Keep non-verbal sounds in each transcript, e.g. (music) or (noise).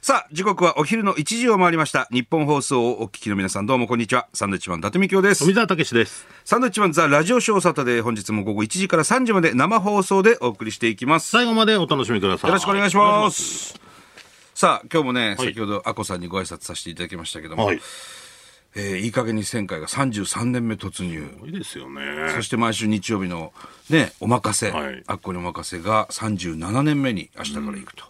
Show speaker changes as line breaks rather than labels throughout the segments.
さあ、時刻はお昼の1時を回りました。日本放送をお聞きの皆さん、どうもこんにちは。サンドウィッチマン、伊達美京です。
富澤たけしです。
サンドウィッチマン、ザ・ラジオショーサタで、本日も午後1時から3時まで生放送でお送りしていきます。
最後までお楽しみください。
よろしくお願いします。ますさあ、今日もね、はい、先ほど、アコさんにご挨拶させていただきましたけども、はいえー、いい加減に1000回が33年目突入。
すごいですよね。
そして毎週日曜日のね、お任せ、はい、あっこにお任せが37年目に明日から行くと。うん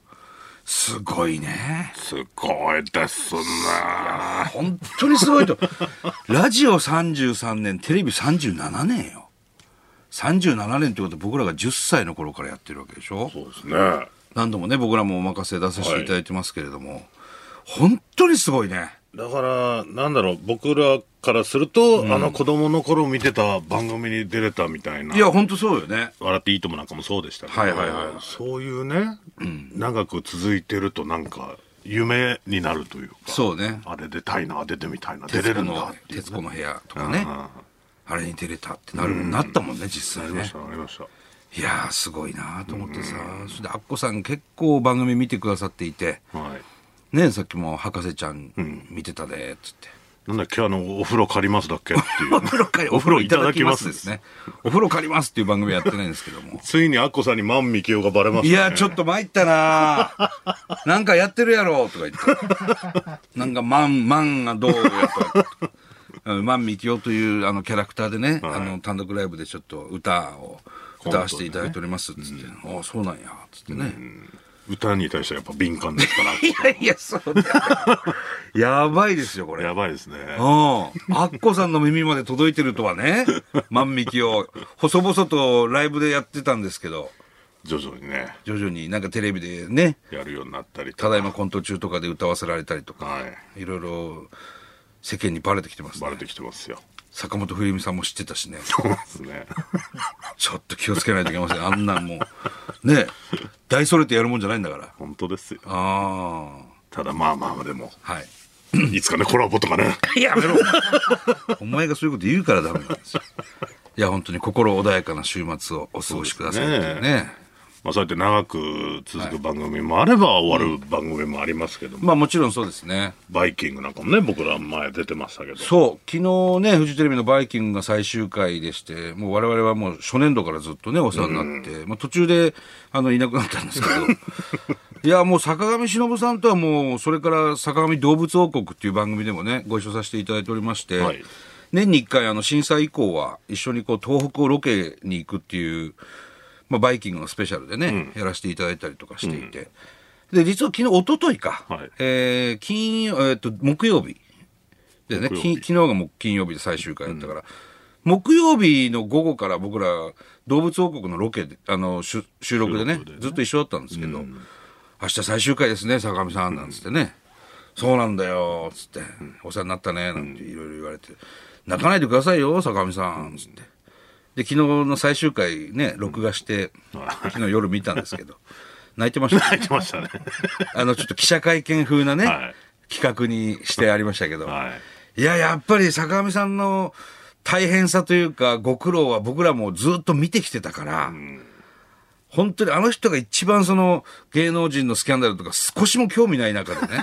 すごいね。
すごいですね。
本当にすごいと。ラジオ33年、テレビ37年よ。37年ってことは僕らが10歳の頃からやってるわけでしょ
そうですね。
何度もね、僕らもお任せ出させていただいてますけれども、はい、本当にすごいね。
だから、なんだろう、僕らからすると、うん、あの子供の頃見てた番組に出れたみたいな。
いや、本当そうよね。
笑っていいともなんかもそうでしたけど、
はいはいはい。
そういうね、うん、長く続いてるとなんか、夢になるというか。
そうね。、
あれ出たいな、出てみたいな、出れるんだって
ね、徹子の部屋とかね。あれに出れたってなる、うん、なったもんね、実際ね。
ありました、ありました。
いやすごいなと思ってさ、それで、アッコさん結構番組見てくださっていて、
はい
ねさっきも「博士ちゃん見てたで」っつって。
なんだっけあの、お風呂借りますだっけっていう。
お風呂借り、お風呂いただきますですね。お風呂借りますっていう番組はやってないんですけど (laughs) も。
ついにアッコさんに万みきおがバレました、ね、
いや、ちょっと参ったななんかやってるやろとか言って。なんか万、万がどうとか。 (laughs) 万みきおというあのキャラクターでね、はい、あの単独ライブでちょっと歌を、歌わせていただいておりますっつって。ねうん、ああ、そうなんや、つってね。うん
歌に対してやっぱ敏感ですから。
いやいや、そうだ、ね、 (laughs) やばいですよ、 (laughs) これ。
やばいですね。
うん。アッコさんの耳まで届いてるとはね、万引を、細々とライブでやってたんですけど。
徐々にね。
徐々になんかテレビでね。
やるようになったり
ただいまコント中とかで歌わせられたりとか。はい。いろいろ世間にバレてきてますね。
バレてきてますよ。
坂本冬美さんも知ってたしね。
そうですね。
ちょっと気をつけないといけません。あ (laughs) んなんもう。ね大それてやるもんじゃないんだから。
本当ですよ。
ああ。
ただまあまあで
(laughs)
も。
はい。
いつかね、コラボとかね。
やめろ。お前がそういうこと言うからダメなんですよ。いや、本当に心穏やかな週末をお過ごしくださいね。ね
まあ、そうやって長く続く番組もあれば、終わる番組もありますけども、はい
うん、まあもちろんそうですね。
バイキングなんかもね、僕ら前出てましたけど。
そう、昨日ね、フジテレビのバイキングが最終回でして、もう我々はもう初年度からずっとね、お世話になって、うん、まあ途中で、あの、いなくなったんですけ (laughs) ど、いや、もう坂上忍さんとはもう、それから坂上動物王国っていう番組でもね、ご一緒させていただいておりまして、はい、年に一回あの震災以降は一緒にこう東北をロケに行くっていう、まあ、バイキングのスペシャルでね、うん、やらせていただいたりとかしていて、うん、で実は昨日一昨日か、はい、えー、金えー、っと木曜日でねき昨日がも金曜日で最終回だったから、うん、木曜日の午後から僕ら動物王国のロケであの収録でね、ね、ずっと一緒だったんですけど、明日最終回ですね坂上さんなんつってね、そうなんだよつって、お世話になったねなんていろいろ言われて、泣かないでくださいよ坂上さんつって。で、昨日の最終回ね、録画して、うん、昨日夜見たんですけど、泣いてました、(laughs)
ね、泣いてましたね。
あの、ちょっと記者会見風なね、はい、企画にしてありましたけど、はい、いや、やっぱり坂上さんの大変さというか、ご苦労は僕らもずっと見てきてたから、うん、本当にあの人が一番その芸能人のスキャンダルとか少しも興味ない中で
(laughs)
ね、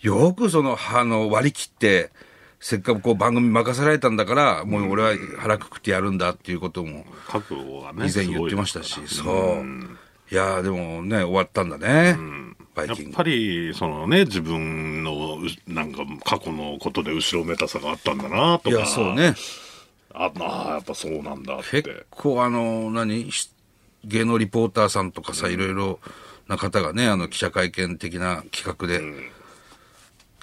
よくその、あの、割り切って、せっかくこう番組任せられたんだから、もう俺は腹くくってやるんだっていうことも、
覚悟が
ね、以前言ってましたし、そう。いやでもね、終わったんだね。
やっぱり、そのね、自分の、なんか、過去のことで後ろめたさがあったんだな、とか。いや、
そうね。
あ、あやっぱそうなんだって。
結構、あの、何、芸能リポーターさんとかさ、いろいろな方がね、あの、記者会見的な企画で、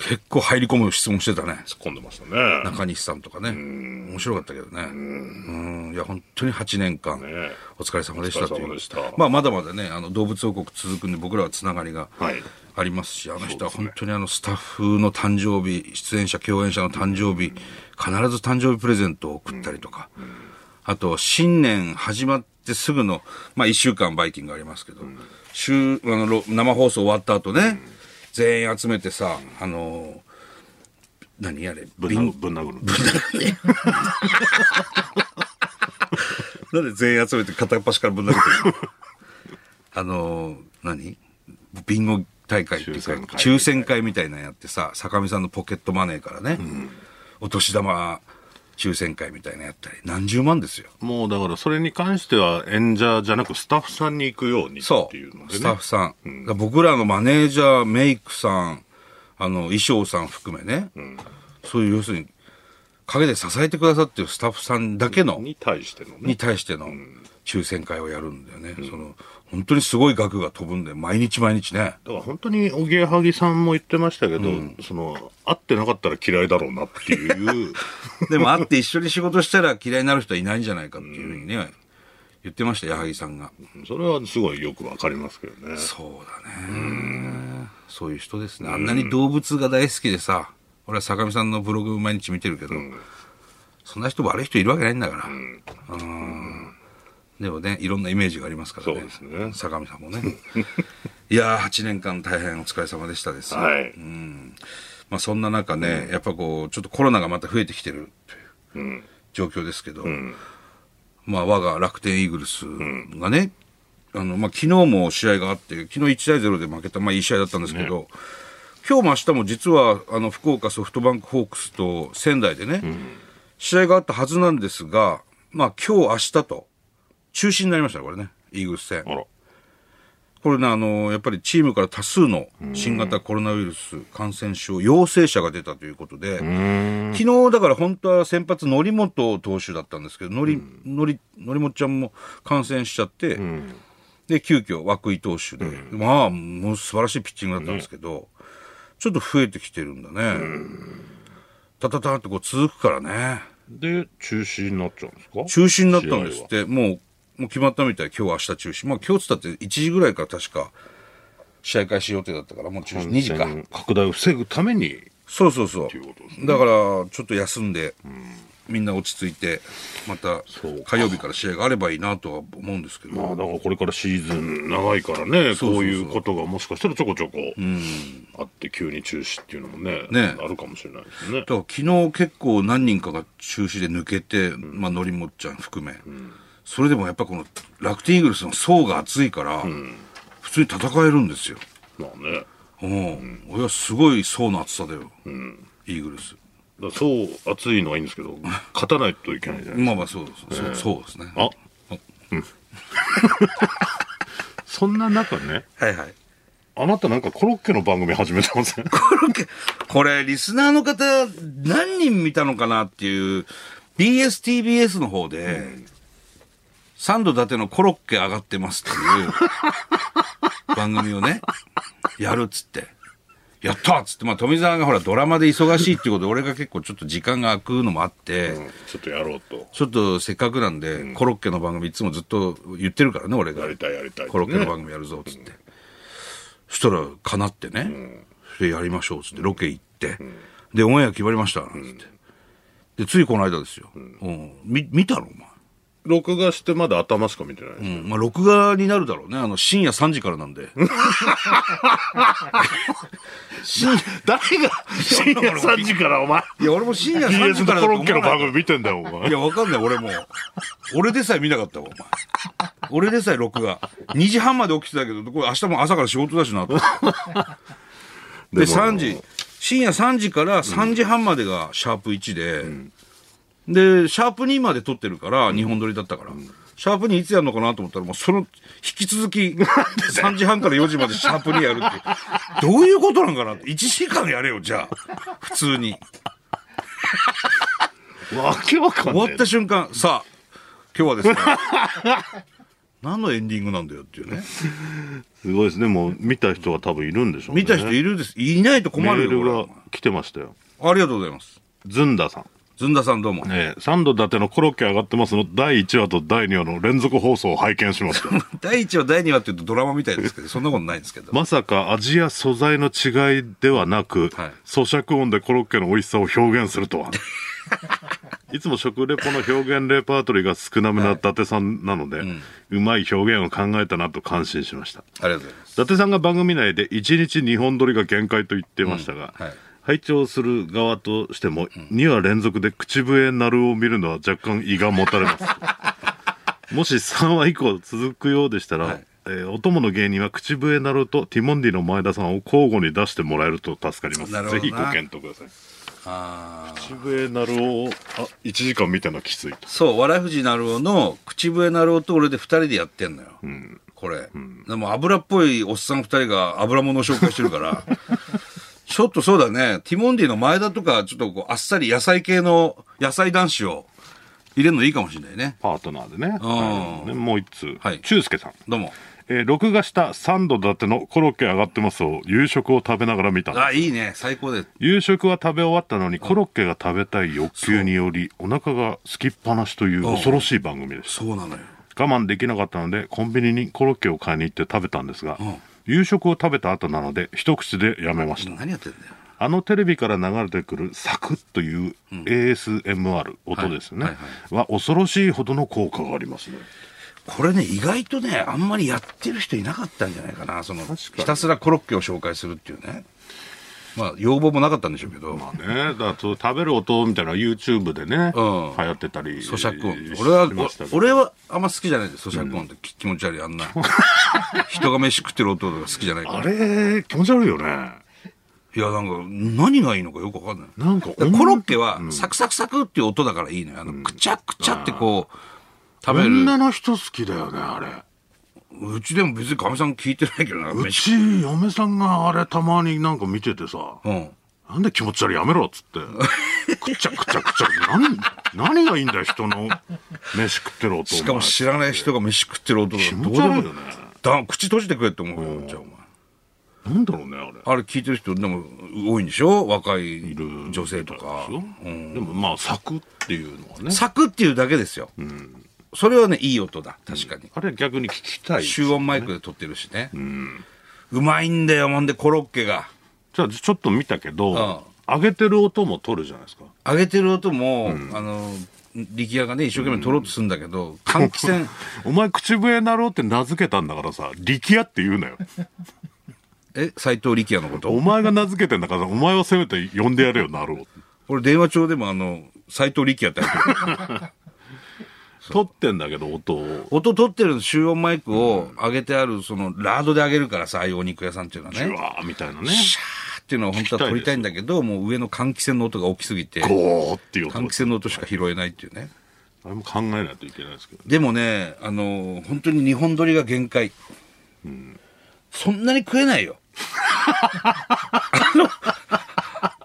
結構入り込む質問してたね。
突っ込んでましたね。
中西さんとかね。面白かったけどね。うん。いや、本当に8年間、お疲れ様でしたという。まあ、まだまだね、あの、動物王国続くんで、僕らはつながりがありますし、あの人は本当にあの、スタッフの誕生日、出演者、共演者の誕生日、必ず誕生日プレゼントを送ったりとか、あと、新年始まってすぐの、まあ、1週間バイキングありますけど、週、あの、生放送終わった後ね、全員集めてさ、あのー、何あれ
ぶんぶん殴る。
ぶん殴る。なんで全員 (laughs) 集めて片っ端からぶん殴ってるあのー、何ビンゴ大会っていうか
抽選会
抽選会みたいなのやってさ坂見さんのポケットマネーからね、お年玉抽選会みたいなのやったり何十万ですよ
もうだからそれに関しては演者じゃなくスタッフさんに行くようにっ
そ
ていうの
う、
で
スタッ
ね
フさん、だから僕らのマネージャー、メイクさん、あの衣装さん含めね、そういう要するに、陰で支えてくださってるスタッフさんだけの、
に対してのね
に対しての抽選会をやるんだよね、その、本当にすごい額が飛ぶんで、毎日毎日ね。
だから本当におぎやはぎさんも言ってましたけど、その会ってなかったら嫌いだろうなっていう
(laughs) でも会って一緒に仕事したら嫌いになる人はいないんじゃないかっていうふうにね、言ってました、矢作さんが。
それはすごいよくわかりますけどね
そうだね。そういう人ですね。あんなに動物が大好きでさ、俺は坂上さんのブログ毎日見てるけど、そんな人悪い人いるわけないんだから。うんでもね、いろんなイメージがありますからね。
そうですね
坂上さんもね。いやー、8年間大変お疲れ様でしたです。
はい、
まあそんな中ね、やっぱこう、ちょっとコロナがまた増えてきてるという状況ですけど、まあ我が楽天イーグルスがね、あの、まあ昨日も試合があって、昨日1対0で負けた、まあいい試合だったんですけど、今日も明日も実は、あの、福岡ソフトバンクホークスと仙台でね、試合があったはずなんですが、まあ今日明日と中止になりましたね、これね、イーグルス戦
あ。ら
これね、あの、やっぱりチームから多数の新型コロナウイルス感染症陽性者が出たということで、昨日だから本当は先発、則本投手だったんですけど、則則則本ちゃんも感染しちゃって、で、急遽涌井投手で、まあ、もう素晴らしいピッチングだったんですけど、ちょっと増えてきてるんだね。たたたってこう続くからね。
で中止になっちゃうんですか
中止になったんですって、もう、もう決まったみたい、今日、明日中止。まあ、今日つったって1時ぐらいから確か、試合開始予定だったから、もう中止、2時
試合
か
は。感染拡大を防ぐために
そうそうそう。
いうことです
だから、ちょっと休んで、みんな落ち着いて、また
そう、か
火曜日から試合があればいいなとは思うんですけど、
まあだからこれからシーズン長いからね
そうそうそう
こういうことがもしかしたらちょこちょこあって急に中止っていうのもね
ね
あるかもしれないですね
だから昨日結構何人かが中止で抜けて、まあ、のりもっちゃん含め、それでもやっぱこの楽天イーグルスの層が厚いから、普通に戦えるんですよ。
まあね
うん、俺はすごい層の厚さだよ、イーグルス。
だからそう熱いのはいいんです
(laughs)
けど勝たないといけないじゃない
まあまあそうです、そうそうですね。
あ (laughs) そんな中ね
はいはい。
あなたなんかコロッケの番組始めて
(laughs)
ません
コロッケ、これ、リスナーの方、何人見たのかなっていう、BSTBS の方で、サンド伊達のコロッケ上がってますっていう (laughs) 番組をね、やるっつって。やったっつって、まあ富澤がほらドラマで忙しいっていうことで、俺が結構ちょっと時間が空くのもあって、
ちょっとやろうと
ちょっとせっかくなんで、コロッケの番組いつもずっと言ってるからね、俺が
や。りたいやりたいって
コロッケの
ね
番組やるぞ、つって。そしたら、かなってね。それでやりましょう、つって、ロケ行って。で、オンエア決まりました、なんつって。で、ついこの間ですよ。うん。み見たのお前。
録画してまだ頭しか見てない
うん。まあ、録画になるだろうね。あの、深夜3時からなんで。
誰が深夜3時からお前
いや、俺も深夜3
BS
時から
の
だ
コ
と思わ
ロッケ
な
の
い
番組見てんだよお前
いや、わかんない、俺もう。俺でさえ見なかったわ、お前。俺でさえ録画。2時半まで起きてたけど、これ明日も朝から仕事だしなと思って。で、
でも
3時、深夜3時から3時半までがシャープ1で、で、シャープ2まで撮ってるから、2本撮りだったから。シャープ2いつやるのかなと思ったら、もうその、引き続き、3時半から4時までシャープ2やるって。どういうことなんかなって。1時間やれよ、じゃあ。普通に。
わけわか
終
んな
わ
い
った瞬間、さあ、今日はです
(laughs)
ね、何のエンディングなんだよっていうね。
すごいですねもう見た人は多分いるんでしょうね
見た人いるです。いないと困
メ
るよ。
ール
俺は
が来てましたよ
ありがとうございます。
ずんださん
ずんださんどうも。
ええ、サンド伊達のコロッケ上がってますの第1話と第2話の連続放送を拝見しました。
第1話、第2話って言うとドラマみたいですけど、そんなことないですけど。
まさか味や素材の違いではなく、
はい
咀嚼音でコロッケの美味しさを表現する
(laughs)
とは。いつも食レポの表現レパートリーが少なめな伊達さんなので、うまい表現を考えたなと感心しました。
ありがとうございます。
伊達さんが番組内で1日2本撮りが限界と言ってましたが、
うんはい
拝聴する側としても2話連続で口笛鳴るを見
(laughs)
るのは若干胃がもたれますもし3話以降続くようでしたら、
はい
えーお供の芸人は口笛なるとティモンディの前田さんを交互に出してもらえると助かりま
なる
す。
ほど
ぜ
な
ひご検討ください。
あー
口笛なるを、あ、1時間見たのはきついと。
そう笑い藤なるおの口笛なるおと俺で2人でやってんのよ、
ん
これ、でも油っぽいおっさん2人が油物を紹介してるから (laughs) ちょっとそうだねティモンディの前田とかちょっとこうあっさり野菜系の野菜男子を入れるのいいかもしれないね
パートナーでね。
あー
はいもう一通。
はい
中介さん。
どうも
えー録画した3度立てのコロッケ上がってますを夕食を食べながら見たんです
あいいね最高で
夕食は食べ終わったのにコロッケが食べたい欲求によりお腹が空きっぱなしという恐ろしい番組です
そうなのよ
我慢できなかったのでコンビニにコロッケを買いに行って食べたんですが、
ん
夕食を食べた後なので一口でやめました、
何やってんだよ
あのテレビから流れてくるサクッという ASMR 音ですね、
はい
は
はい
恐ろしいほどの効果がありますね
これね意外とねあんまりやってる人いなかったんじゃないかなその
かに
ひたすらコロッケを紹介するっていうねまあ要望もなかったんでしょうけど、
まあねだからそう食べる音みたいなのは YouTube でね、
うん
流行ってたり
咀嚼音
し
俺は
ましたけど
俺はあんま好きじゃないです咀嚼音って、き気持ち悪いあんな人が飯食ってる音とか好きじゃないか
(laughs) あ
ら
れ気持ち悪いよね
いやなんか何がいいのかよくわかんない
なんか
だらコロッケはサクサクサクっていう音だからいいのよあのくちゃくちゃってこう食べる
女の人好きだよねあれ
うちでも別にかみさん聞いてないけどな
う
飯
ち嫁さんがあれたまになんか見ててさ
うん
なんで気持ち悪いやめろっつってくちゃくちゃくちゃなん何がいいんだよ人の飯食ってる音
しかも
お前
知らない人が飯食ってる音とか
気
どう
持
で
ち悪い
も
よね
だ口閉じてくれって思うよじゃあお前
なんだろうねあれ
あれ聞いてる人でも多いんでしょ若い
る
女性とか
そうでもまあ柵っていうのはね
サクっていうだけですよ、それはねいい音だ確かに、
あれ逆に聞きたいじ
集音マイクで撮ってるしね、うまいんだよほんでコロッケが
ゃあちょっと見たけど
う
揚げてる音も取るじゃないですか
上げてる音も、あの力也がね一生懸命撮ろうとするんだけど、換気扇
お前口笛なろうって名付けたんだからさ力也って言うなよ
え斎藤力也のこと
お前が名付けてんだから、お前はせめて呼んでやれよ、なるを。
俺電話帳でもあの斎藤力也って入って (laughs) る
撮ってんだけど、音を。
音撮ってる集音マイクを上げてあるそのラードで上げるからさああいうお肉屋さんっていうのは
ジュ
ね
ワーみたいなね。
シャーっていうのは本当は撮りたいんだけどもう上の換気扇の音が大きすぎて
ゴーっていう音
換
が。
気扇の音しか拾えないっていうね
あれも考えないといけないですけど。
でもね、あの本当に日本撮りが限界。そんなに食えないよ。あの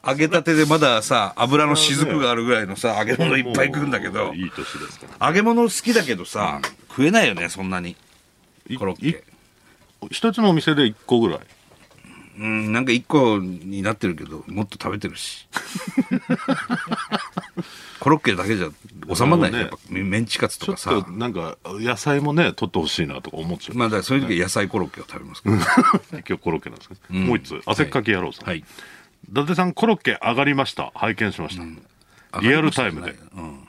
揚げたてでまださ、油の雫があるぐらいのさ、揚げ物いっぱい食うんだけ
も
ど
う、いい年ですから。
揚げ物好きだけどさ、食えないよね、そんなに。
い
コロッ
い
ケ。
一つのお店で一個ぐらい。
うん、なんか一個になってるけど、もっと食べてる
(laughs)
し。コロッケだけじゃ収まらない、
な
や
る
っ
ほ
ぱメンチカツ
ちょ
とか
っ
さ
と。なんか、野菜もね、取ってほしいなとか思っちゃう。
まあだからそういう時は野菜コロッケを食べますけど。
今日コロッケなんですね。もう一つ、汗っかき野郎さん。
はい。
伊達さん、コロッケ上がりました。拝見しました。リアルタイムで。
うん。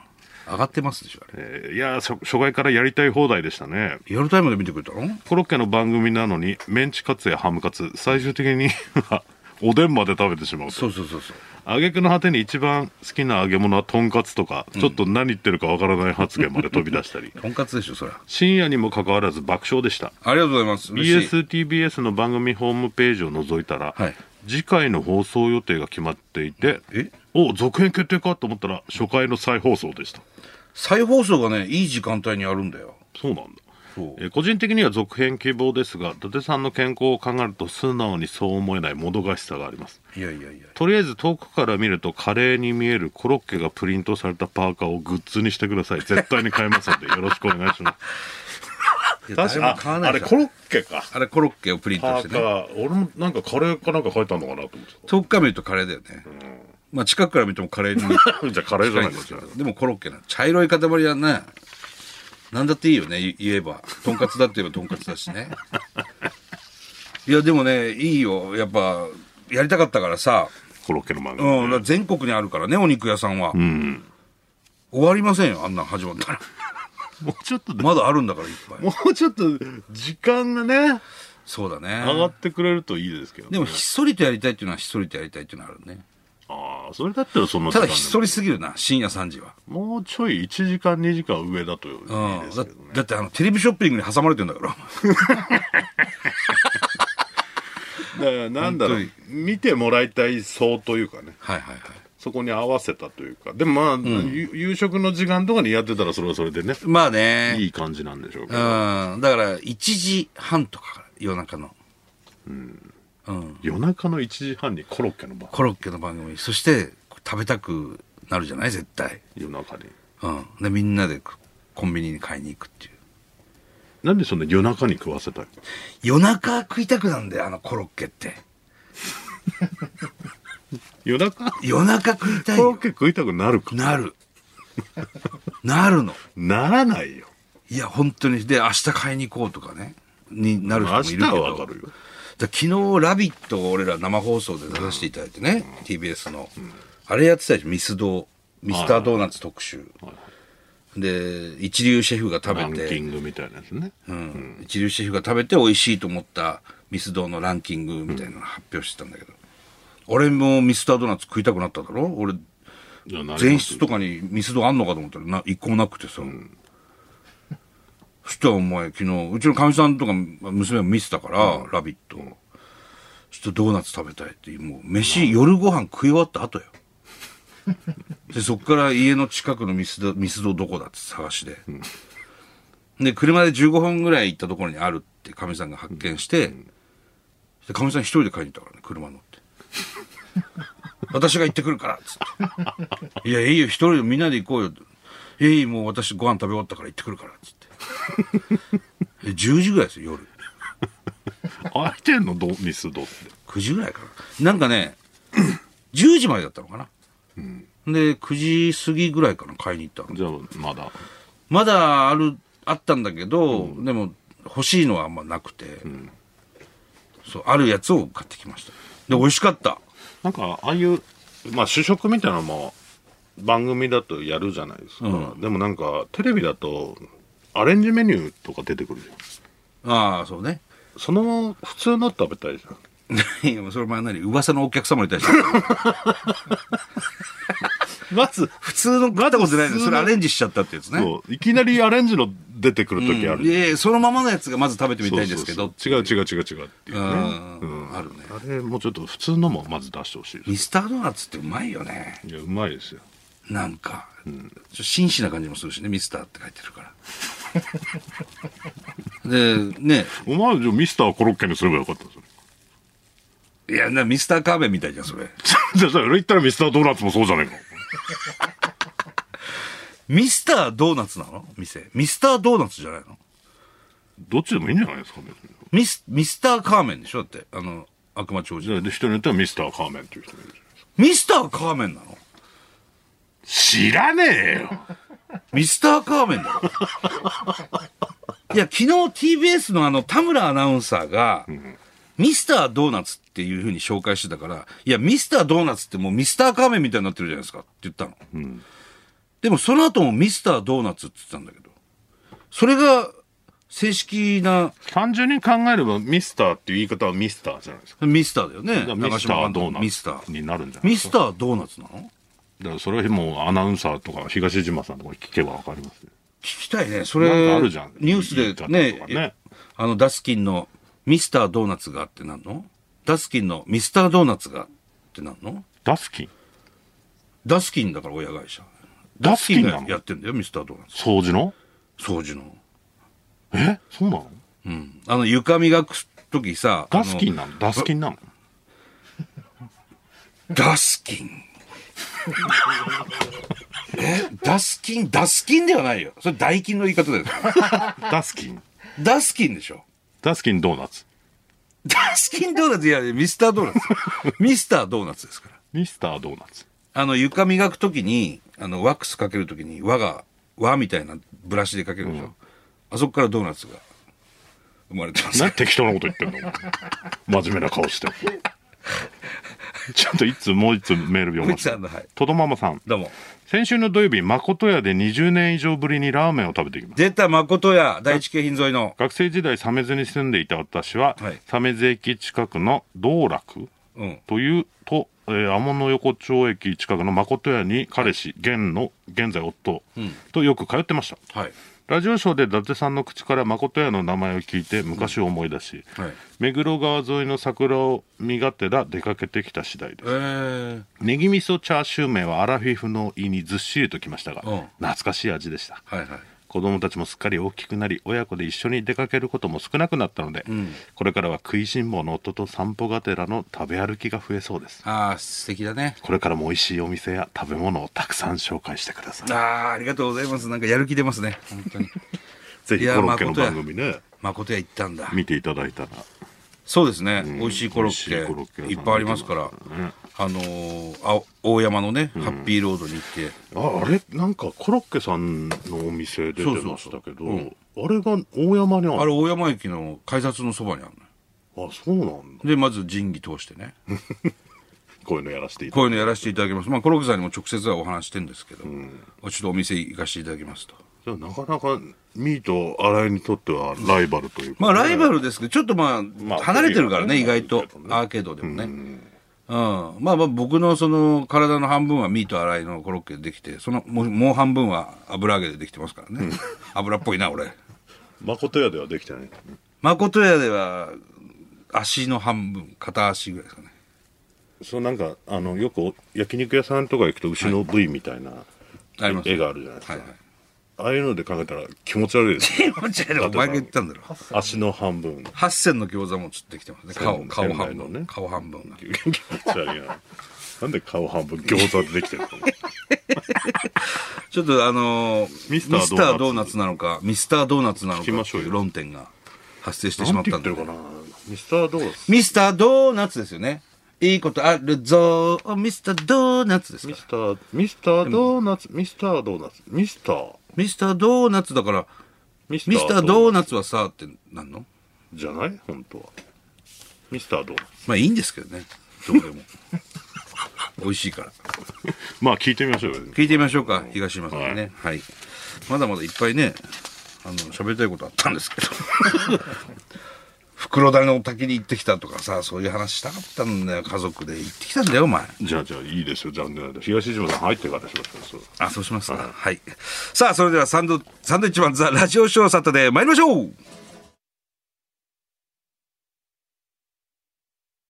上がってますでしょ、あれ。
えーいやー、初初回からやりたい放題でしたね。
リアルタイムで見てくれたの
コロッケの番組なのにメンチカツやハムカツ最終的に (laughs) はおでんまで食べてしまうと
うそうそうそう。
挙句の果てに一番好きな揚げ物はとんかつとか、ちょっと何言ってるかわからない発言まで飛び出したり
とんかつでしょ、それは。
深夜にもかかわらず爆笑でした
ありがとうございます。嬉しい。
BSTBS の番組ホームページを覗いたら、
はい
次回の放送予定が決まっていて
え
お続編決定かと思ったら初回の再放送でした
再放送がね、いい時間帯にあるんだよ。
そうなんだ
そう。
えー個人的には続編希望ですが伊達さんの健康を考えると素直にそう思えないもどかしさがあります
いやいやいや。
とりあえず遠くから見るとカレーに見えるコロッケがプリントされたパーカーをグッズにしてください絶対に買えますのでよろしくお願い
(laughs)
しま
い
す
や誰も
確か
買わ
あ
ない
あ
で
れ
しょ
コロッケか
あれコロッケをプリント
パ
して
ーカ
ね。
ー俺もなんかカレーかなんか書いてあるのかなと思って
遠くから見るとカレーだよね。まあ近くから見てもカレー (laughs) に
たじゃあカレーじ
近
ゃないい
ん
か
です
じ
け
ゃあ
ど。でもコロッケなの。茶色い塊はね、なんだっていいよね、い言えば。とんかつだって言えばとんかつだし (laughs) ね。いや、でもね、いいよ。やっぱ、やりたかったからさ。
コロッケの漫画、
うん、だから全国にあるからね、お肉屋さんは。終わりませんよ、あんなん始まったら。
もうちょっとで
まだあるんだから、いっぱい。
もうちょっと時間がね
そうだ
上が
ね。
ってくれるといいですけどね
でも、ひっそりとやりたいっていうのは、ひっそりとやりたいっていうのはあるね。
あああ、それだったらその
ただ、
時間でも
ひっそりすぎるな、深夜3時は。
もうちょい1時間2時間上だといい
うん
で
だ
すけどね。
だってあの、テレビショッピングに挟まれてんだから。
だからなんだろう
本、
見てもらいたい層というかね、
はいはいはい。
そこに合わせたというか、でもまあ、ゆ夕食の時間とかにやってたらそれはそれでね、
まあね。
いい感じなんでしょうけ
う
ど、
ん。だから、1時半とかから、夜中の。うん。
夜中の1時半にコロッケの場、
コロッケの番組。そして、食べたくなるじゃない絶対。
夜中に。
うん。で、みんなでコンビニに買いに行くっていう。
なんでそんな夜中に食わせたい
夜中食いたくなんだよ、あのコロッケって。
夜中
夜中食いたい
コロッ
よ。
ケ食いたくなるか
なる。なるの。
ならないよ。
いや、本当に。で、明日買いに行こうとかね。になる人も
明
いるけ
日
ど。
はわかるよ。
だ昨日、ラビットを俺ら生放送で出させていただいてね、TBS の。あれやってたでしょ、ミスド、ミスタードーナツ特集。で、一流シェフが食
ラン
べ
キ
て、
ングみたいなやつね。
うん、一流シェフが食べて美味しいと思ったミスドのランキングみたいなの発表してたんだけど、俺もミスタードーナツ食いたくなっただろ俺、
いやなりますよ
前室とかにミスドあんのかと思ったらな一個もなくてさ、そしたらお前昨日うちのかみさんとか娘も見てたから「ラビット!」ちょっとドーナツ食べたいってもう飯夜ご飯食い終わった
(laughs)
後よでそっから家の近くのミスドミスドどこだって探しで、で車で15分ぐらい行ったところにあるってかみさんが発見して、でかみさん一人で帰りに行ったからね車乗って
(laughs)
私が行ってくるからっつっていや、いいよ、一人でみんなで行こうよ。いい、もう私ご飯食べ終わったから行ってくるから、つって。で10時ぐらいですよ、夜。
開いてんのどミスドって。
9時ぐらいかな。なんかね、10時までだったのかな。で、9時過ぎぐらいから買いに行ったの。
じゃあ、まだ。
まだある、あったんだけど、でも欲しいのはあんまなくて、そう、あるやつを買ってきました。で、美味しかった。
なんか、ああいう、まあ、主食みたいなのも、番組だとやるじゃないですか。でもなんか、テレビだと、アレンジメニューとか出てくるじゃん。
ああ、そうね。 (laughs)
その、普通の食べたいじゃん。
いやそれ前何噂のお客様に対して。
まず、
普通の食ったことないの
まず普通
に
の
それアレンジしちゃったってやつね。
そう、いきなりアレンジの出てくる時ある
い。やいやそのままのやつがまず食べてみ
そう
た
そ
い
う
んですけど。
そう違う違う違う違うっていう
う
ね。
ん
うん
あるね。
あれ、もうちょっと普通のもまず出してほしいで
ミスタードーナツってうまいよね。
す。いや、うまいですよ。
なんか。ちょ紳士な感じもするしね、ミスターって書いてるから。で、ね、
お前、じゃあミスターコロッケにすればよかったんですよ。
いや、なミスターカーベンみたいじゃん、それ。
じゃあ、それ言ったらミスタードーナツもそうじゃないか。
ミスタードーナツなの店。ミスタードーナツじゃないの
どっちでもいいんじゃないですかね。
ミス、ミスターカーメンでしょだって、あの、悪魔長
じ
寿。
ゃあ、で人によってはミスターカーメンっていう人もいるじゃないですか。
ミスターカーメンなの
知らねえよ
ミスターカーメンだ
(laughs)
ろいや、昨日 TBS のあの田村アナウンサーが、ミスタードーナツっていう風に紹介してたから、いや、ミスタードーナツってもうミスターカーメンみたいになってるじゃないですかって言ったの。でもその後もミスタードーナツって言ってたんだけど、それが正式な
単純に考えればミスターっていう言い方はミスターじゃないですか。
ミスターだよね。
だからミスタードーナツ
ミスター。
になるんじゃない
ミ
です
ス
か。
タードーナツなの
だからそれはもうアナウンサーとか東島さんとかに聞けばわかりますよ。
聞きたいね。それ、
なんかあるじゃん
ニュース
言い
で
方
ね
とかね
あの、ダスキンのミスタードーナツがってなんのダスキンのミスタードーナツがってなんの
ダスキン
ダスキンだから親会社。
ダスキンな
が
の
やってんだよ、ミスタードーナツ。
掃除の
掃除の。
えそうなの
うん。あの、床磨くときさ、あの
ダスキンなのダスキンなの
ダスキン。えダスキンダスキンではないよ。それ、ダイキンの言い方だよ。
ダスキン
ダスキンでしょ。
ダスキンドーナツ。
ダスキンドーナツ、いや、ミスタードーナツ。ミスタードーナツですから。
ミスタードーナツ。
あの、床磨くときに、あの、ワックスかけるときに、輪が、輪みたいなブラシでかけるでしょ。あそこからドーナツが生まれてます。
何適当なこと言ってんの真面目な顔して。ちょっといつもう一つメール読
ふ
ま
い
せ
さ
て
んの、はい。
とどままさん。
どうも。
先週の土曜日、誠屋で20年以上ぶりにラーメンを食べてきました。
出た誠屋、第一京浜沿いの、
学生時代、鮫洲に住んでいた私は、
はい
鮫洲駅近くの道楽
うん。
というとえー天の横丁駅近くの誠屋に彼氏、現の、現在夫、とよく通ってました。
はい。
ラジオショーで伊達さんの口から誠屋の名前を聞いて昔を思い出し、
はい。
目黒川沿いの桜を身がてら出かけてきた次第で
え
す。
ー、
ネギ味噌チャーシュー麺はアラフィフの胃にずっしりときましたが、
うん
懐かしい味でした。
はいはい。
子供たちもすっかり大きくなり親子で一緒に出かけることも少なくなったので、これからは食いしん坊の夫と散歩がてらの食べ歩きが増えそうです
ああ、素敵だね。
これからも美味しいお店や食べ物をたくさん紹介してください
ああ、ありがとうございます。なんかやる気出ますね。本当に。 (laughs)
ぜひ
いや
コロッケの
誠や
番組ね
誠屋行ったんだ。
見ていただいたら
そうですね。美味しいコロ
美味しいコロ
ッ
ッケ
ケ。
屋さん
いっぱいありますから。あのーあ、大山のね、ハッピーロードに行って。
ああれなんかコロッケさんのお店出てましたけど
そうそう
あれが大山にあ
あ
る
れ、大山駅の改札のそばにあるのよ
あそうなんだ
で、まず仁義通してね。
こういうのやらせていた
こう
だ
いうのやらせていただきます。まあ、コロッケさんにも直接はお話してんですけど、ちょっとお店行かせていただきますと。
いてなかなかミーと新井にとってはライバルというか、
まあ、ライバルですけど、ちょっとま
ま
あ、
あ
離れてるからね、
距
意
離がね
外と
あるけど。
アーケード
ね
でもね。うん。まあまあ、僕のその、体の半分はミート洗いのコロッケでできて、その、もうもう半分は油揚げでできてますからね。油っぽいな、俺。
誠屋ではできてない
誠屋では、足の半分、片足ぐらいですかね。
そうなんかあのよくお焼肉屋さんとか行くと牛の部位みたいな、
あります。
絵があるじゃないですか、
(laughs) はいはい。
ああいうので考えたら気持ち悪いですね
気持ち悪い。お前が言ったんだろ。
足の半分気
八千の餃子も釣ってきてますね。顔、
仙
顔
仙
半
台の
分。
ね
顔半分が。
持ち悪い
(laughs)
ななんで顔半分餃子でできてるの
ちょっとあのーミ
ミ
ス
ス
タ
ター
ード
ド
ー
ー
ナ
ナ
ツなのか、ミスタードーナツなのかって
聞きましょう
いう
よ
論点が発生してしまっ
なんて
た
言
ん
って
で
る。かなミスタードーナツ
ミスタードーナツですよね。いいことあるぞー、ミスタードーナツですか
ミ
ら。
スターミスタードーナツミスタードーナツミスター
ミスタードーナツだから、
ミス
ミスタードー
ナ
ナツはさーってなんの
ツじゃない本当はミスタードーナツ
まあいいんですけどね。ど
(laughs)
うでも。美味しいから。
まあ聞いてみましょうよ
聞いてみましょうか、東島さんにね。はい。まだまだいっぱいね、あの、喋りたいことあったんですけど。 (laughs) 袋田の滝に行ってきたとかさ、そういう話したかったんだよ、家族で。行ってきたんだよ、お前。
じゃあじゃあいいですよ残念ながら東島さん入ってからしましょうそう
あ、そうしますか。はい。さあ、それではサンド、サンドイッチマンザラジオショーサタで参りましょう